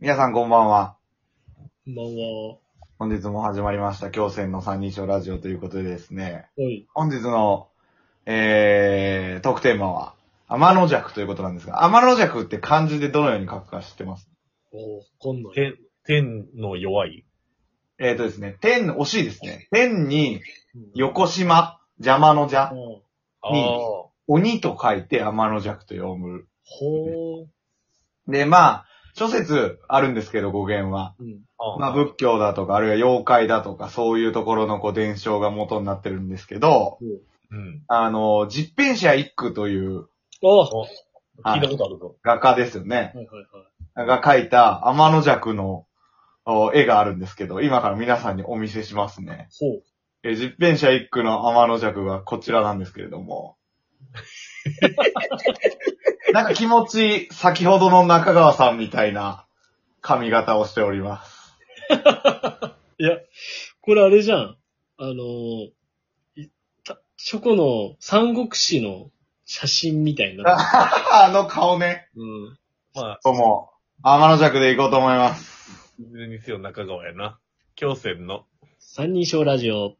皆さんこんばんは。こんばんは。本日も始まりました、京戦の三人称ラジオということでですね、はい。本日の、えー、トークテーマは、天の弱ということなんですが、天の弱って漢字でどのように書くか知ってますおわかんない。天、天の弱い。えーとですね、天、惜しいですね。天に、横島、邪魔のああ邪、。あ鬼と書いて天の弱と読む。ほー。で、まあ、諸説あるんですけど、語源は。うん。あまあ、仏教だとか、あるいは妖怪だとか、そういうところのこう伝承が元になってるんですけど、うん。あの、実編者一句というああ。ははい聞いたことあるぞ。画家ですよねい。はいはい。が描いた天の尺のお絵があるんですけど、今から皆さんにお見せしますね。ほう。えー、実編者一句の天の尺がこちらなんですけれど も。なんか気持ち、先ほどの中川さんみたいな髪型をしております。 いや、これあれじゃん。あのー、いたチョコの三国志の写真みたいになってあの顔ね。る。うん。まあ、どうも、天の尺でいこうと思います。いずれにせよ中川やな。京戦の。三人称ラジオ。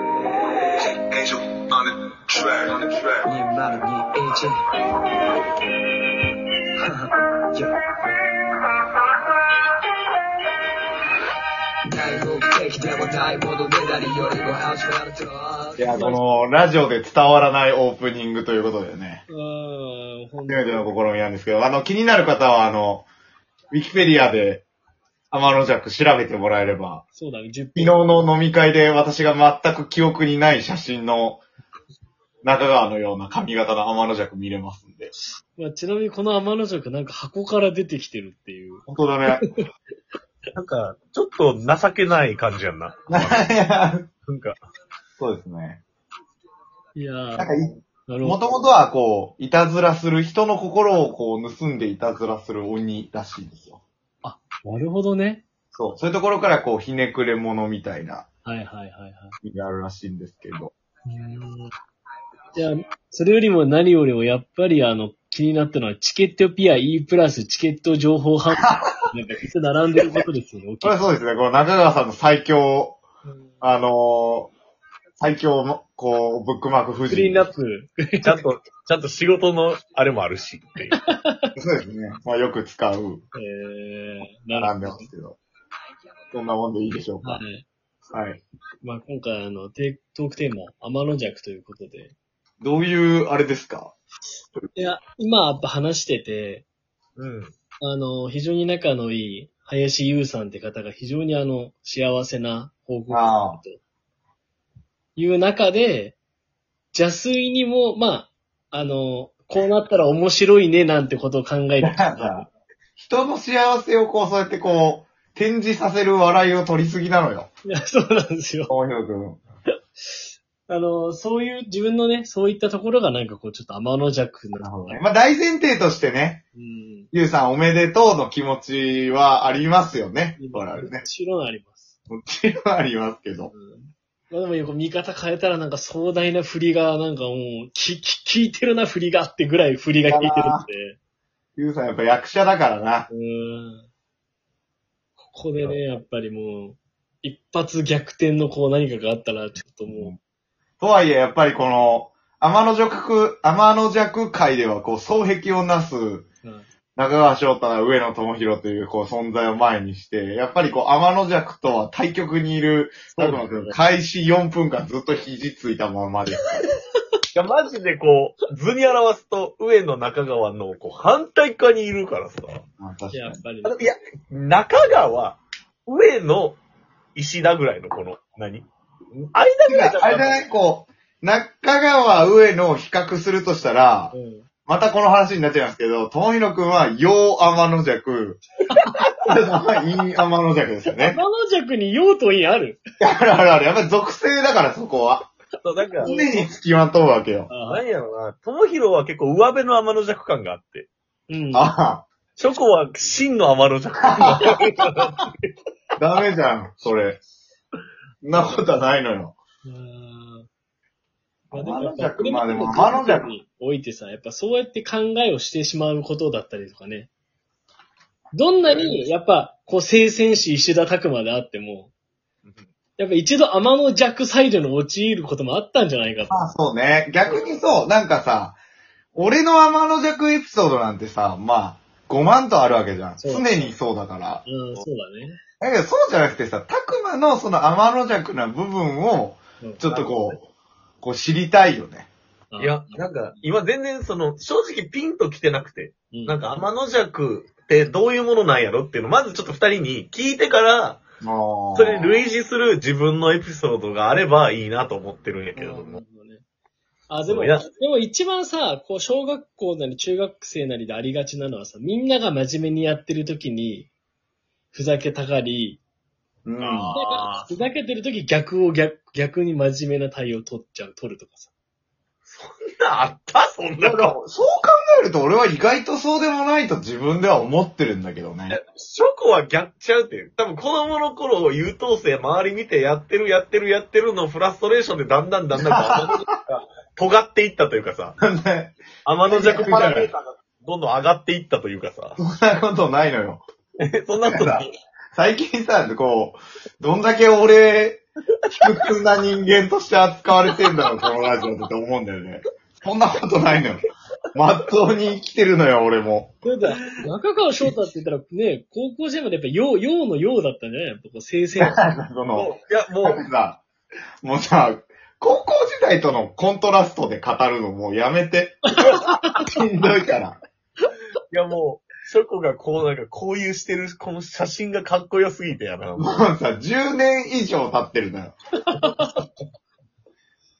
Angel on the track, on the track. 你慢了，你 A J。哈哈，有。大動不敵でもないものねだりよりも始まるといや、この、ラジオで伝わらないオープニングということでね。ああ、ほん初めての試みなんですけど、あの、気になる方は、あの、ウィキペディアで、天の弱調べてもらえれば、そうだね、10昨日分。の飲み会で私が全く記憶にない写真の、中川のような髪型の天の弱見れますんで。まあ、ちなみにこの天の尺なんか箱から出てきてるっていう。本当だね。なんか、ちょっと情けない感じやん な。なんか、 そうですね。いやーなんかい、なるもほど。ともとはこう、いたずらする、人の心をこう、盗んでいたずらする鬼らしいですよ。なるほどね。そう。そういうところからこう、ひねくれ者みたいなはいはいはいはい。意味があるらしいんですけど。じゃあ、それよりも何よりもやっぱりあの、気になったのはチケットピア E プラスチケット情報販売。なんか店並んでることですよね。これはそうですね。この中川さんの最強、あのー最強の、こう、ブックマーク富ク士。リーンナップ。ちゃんと、ちゃんと仕事のあれもあるしっていう。そうですね。まあよく使う、えー、な並んるでほどま。すけど。そんなもんでいいでしょうか。はい。はい。まあ今回あの、テートークテーマ、天の弱ということで。どういう、あれですかいや、今やっぱ話してて、うん。あの、非常に仲のいい林優さんって方が非常にあの、幸せな報告ああという中で、邪水にも、まあ、あの、こうなったら面白いねなんてことを考えてだ から、人の幸せをこう、そうやってこう、展示させる笑いを取りすぎなのよ。いやそうなんですよ。大広君。あの、そういう自分のね、そういったところがなんかこうちょっと天の弱な。なるほどね。まあ大前提としてね、うん。ゆうさんおめでとうの気持ちはありますよね。ほらねも。ちろんあります。もちろんありますけど。まあでもよく見方変えたらなんか壮大な振りが、なんかもう、き、き、聞いてるな振りがってぐらい振りが効いてるんで。ゆうさんやっぱ役者だからな。うんここでね、やっぱりもう、一発逆転のこう何かがあったら、ちょっともとはいえ、やっぱりこの、天の弱、天の弱界では、こう、双璧をなす、う、うん中川翔太、上野智弘という、こう、存在を前にして、やっぱりこう、天の弱とは対局にいる、そう佐だね久間君、開始4分間ずっと肘ついたままで。いや、マジでこう、図に表すと、上の中川の、こう、反対側にいるからさ。まあ、確やっかぱりあね、のいや、中川、上の石田ぐらいのこの、何間ぐらいじゃに。なあいれじゃないこう、中川、上野を比較するとしたらう、ん。またこの話になっちゃいますけど、智弘君は、陽天の弱、 陰天の弱ですよね。天の弱に用途意あるあるあるある。やっぱり属性だから、そこは。そう、なんか、常に付きまとうわけよ。ああ何やろな、ともひろは結構上辺の天の弱感があって、うん。あチョコは真の天の弱感があって、あ、ダメじゃん、それ。そんなことはないのよ。うんまあでもやっ天の弱まぱあでも天の弱においてさ、やっぱそうやって考えをしてしまうことだったりとかね。どんなに、やっぱ、こう、聖戦士石田拓馬であっても、やっぱ一度天の弱サイドに陥ることもあったんじゃないかと。まあそうね。逆にそう、なんかさ、俺の天の弱エピソードなんてさ、まあ、5万とあるわけじゃん。そう常にそうだから。うん、そうだね。だけどそうじゃなくてさ、たくまのその天の弱な部分をうん、ちょっとこう、こう知りたいよね。あいや、なんか、今全然その、正直ピンと来てなくて、うなんか天の弱ってどういうものなんやろっていうのを、まずちょっと二人に聞いてから、そそれに類似する自分のエピソードがあればいいなと思ってるんやけれども。あ、でも、いでやも一番さ、こう、小学校なり中学生なりでありがちなのはさ、みんなが真面目にやってる時に、ふざけたがり、うん。ああふざけてる時逆を逆、逆に真面目な対応取っちゃう、取るとかさ。そんなんあったそんだなからの。そう考えると俺は意外とそうでもないと自分では思ってるんだけどね。チョコは逆ちゃうって。多分子供の頃、優等生周り見てやってるやってるやってるのフラストレーションでだんだんだんだんだんだん 尖っていったというかさ、ね天の弱みたいな。どんどん上がっていったというかさ。そんなことないのよ。えそんなことない。最近さ、こう、どんだけ俺、卑屈な人間として扱われてんだろう、このラジオってって思うんだよね。そんなことないのよ。まっとうに生きてるのよ、俺も。それだ、中川翔太って言ったらね、高校時代までやっぱ、よう、ようのようだったんじゃないやっぱこう、生 成。その、もういや、もう、さ、もうさ、高校時代とのコントラストで語るのもうやめて。しんどいから。いやもう、ショコがこうなんか、こういうしてる、この写真がかっこよすぎてやな。もうさ、10年以上経ってるのよ。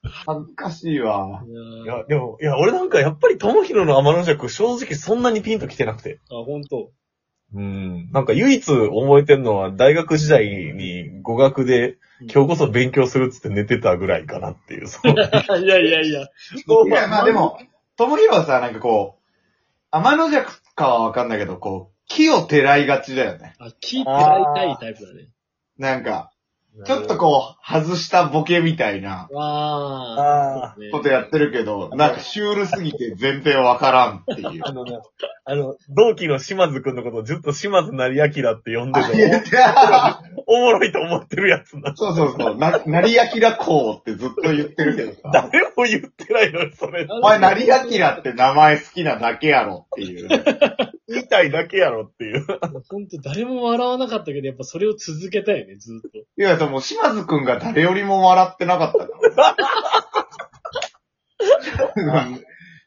恥ずかしいわ。いいやーあ、や、でも、いや、俺なんかやっぱりともひろの天の弱、正直そんなにピンときてなくて。ほんと。うん。なんか唯一覚えてるのは、大学時代に語学で、今日こそ勉強するっつって寝てたぐらいかなって いう。そう。いやいやいや。いや、まあで。も、ともひろはさ、なんかこう、天の弱かはわかんないけど、こう、木をてらいがちだよね。あ、聞いてらいたいタイプだね。なんか、ちょっとこう、外したボケみたいなわー。ああ。ねことやってるけど、なんかシュールすぎて全然わからんって いう。あのね、あの、同期の島津くんのことをずっと島津成明って呼んでいやて、いやおおもろいと思ってるやつな。そうそうそう、な、なりやきらこうってずっと言ってるけどさ。 誰も言ってないのに、それ。お前、なりやきらって名前好きなだけやろっていう。みたいだけやろっていう。ほんと誰も笑わなかったけど、やっぱそれを続けたよね、ずっと。いや、でも、島津くんが誰よりも笑ってなかった から。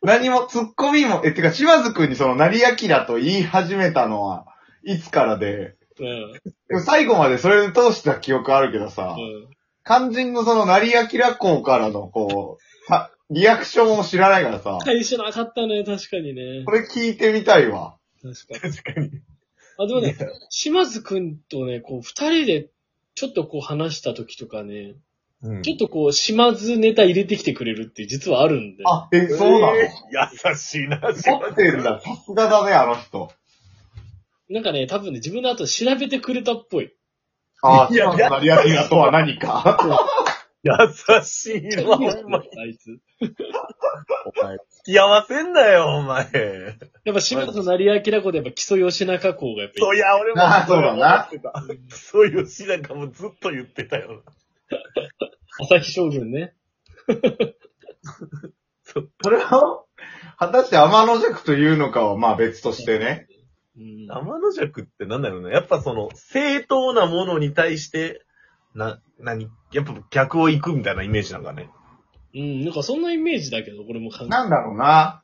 何も、ツッコミも、え、てか、島津くんにその、成明と言い始めたのは、いつからで、うん。でも最後までそれで通した記憶あるけどさ、うん。肝心のその、成明校からの、こう、さリアクションを知らないからさ、最初なかったね、確かにねこ。れ聞いてみたいわ。確かに。確かに。あ、でもね、島津くんとね、こう、二人で、ちょっとこう話した時とかね、うんちょっとこう、島津ネタ入れてきてくれるって実はあるんで。あ、え、そうなの、えー優しいな、持ってるんだ。さすがだね、あの人。なんかね、多分ね、自分の後で調べてくれたっぽい。ああ、いや島津成明とは何 か。優しいな、あお前。いつ。お前、付き合わせんなよ、お前。やっぱ島津成明子でやっぱ基礎吉中校がやっぱそういや、俺も。あそうだな。 そういうしなんかもずっと言ってたよ。朝日将軍ね。それを、果たして天の弱というのかは、まあ別としてね。うん。天の弱ってなんだろうね。やっぱその、正当なものに対して、な、なに、やっぱ逆を行くみたいなイメージなんかね。うん、なんかそんなイメージだけど、これも感じ。なんだろうな。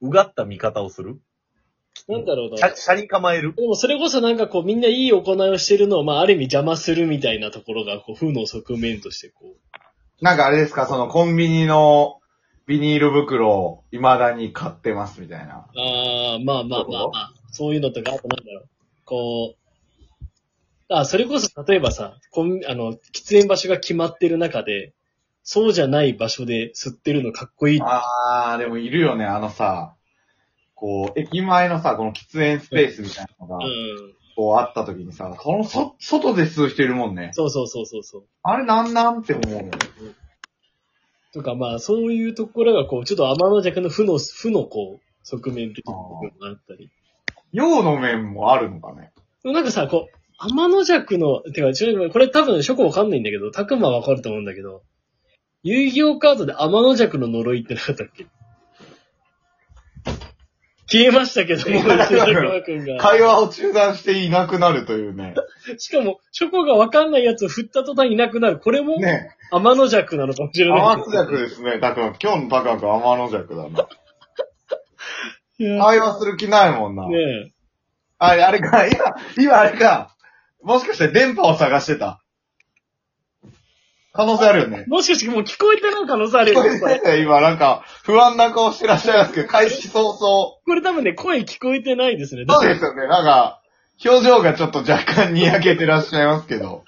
うがった見方をするなんだろうな。しゃ、しゃに構えるでもそれこそなんかこうみんないい行いをしてるのをまあある意味邪魔するみたいなところがこう負の側面としてこなんかあれですか、そのコンビニのビニール袋を未だに買ってますみたいな。う。ああ、まあまあまあまあ、そういうのとか、あとなんだろう。こう、あそれこそ例えばさ、こんあの、喫煙場所が決まってる中で、そうじゃない場所で吸ってるのかっこいい。あー、でもいるよね、あのさ、こう、駅前のさ、この喫煙スペースみたいなのうが、ん。こうあった時にさ、その、そ、外で吸う人いるもんね。そうそうそうそうそう。あれなんなんって思うの。とか、まあ、そういうところが、こう、ちょっと天の弱の負の、負の、こう、側面的な部分があったり。陽の面もあるのかね。でもなんかさ、こう、天の弱の、てか、ちょこれ多分、諸子わかんないんだけど、たくまわかると思うんだけど、遊戯王カードで天の弱の呪いってなかったっけ消えましたけど、もう、なくなる白川くんが。会話を中断していなくなるというね。しかも、諸子がわかんないやつを振った途端いなくなる。これも、ね。天の弱なのかもしれな天い。の弱ですね、たくん。今日のたくんくん天の弱だな。いや会話する気ないもんな。ねえ。あれ、あれか、今、今あれか。もしかして電波を探してた。可能性あるよね。もしかしてもう聞こえてない可能性あるよね、これ。今なんか、不安な顔してらっしゃいますけど、開始早々。これ多分ね、声聞こえてないですね。そうですよね。なんか、表情がちょっと若干にやけてらっしゃいますけど。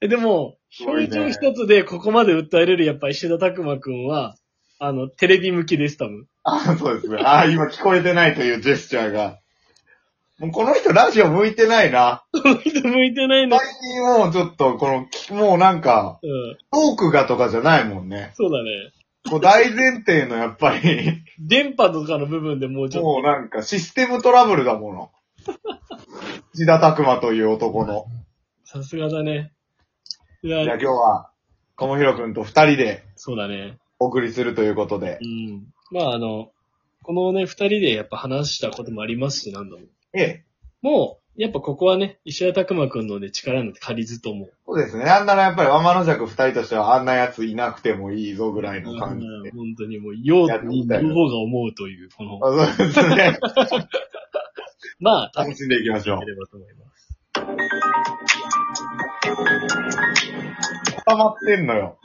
えでも、すごい表ね情一つでここまで訴えれるやっぱ石田拓馬くんは、あの、テレビ向きです、多分。 あそうですね。あ今聞こえてないというジェスチャーが。もうこの人ラジオ向いてないな。この人向いてないの最。近もうちょっと、この、きもうなんか、うん。トークがとかじゃないもんね。そうだね。こう大前提のやっぱり、 電波とかの部分でもうちょっもうなんかシステムトラブルだもの。千田拓馬という男の。と、さすがだね。いじゃあや、今日は、こもひろくんと二人でそうだね。お送りするということでう。ん。まあ、あの、このね、二人でやっぱ話したこともありますし、なんだろう。ええ。もう、やっぱここはね、石田拓馬くんのね、力なんて借りずとも。そうですね。なんならやっぱり天の弱二人としてはあんなやついなくてもいいぞぐらいうんの本感じで。当にもう、用途に、やってみたいな方が思うという、この、あそうですね。まあ、楽しんでいきましょうけ。ればと思います。固まってんのよ。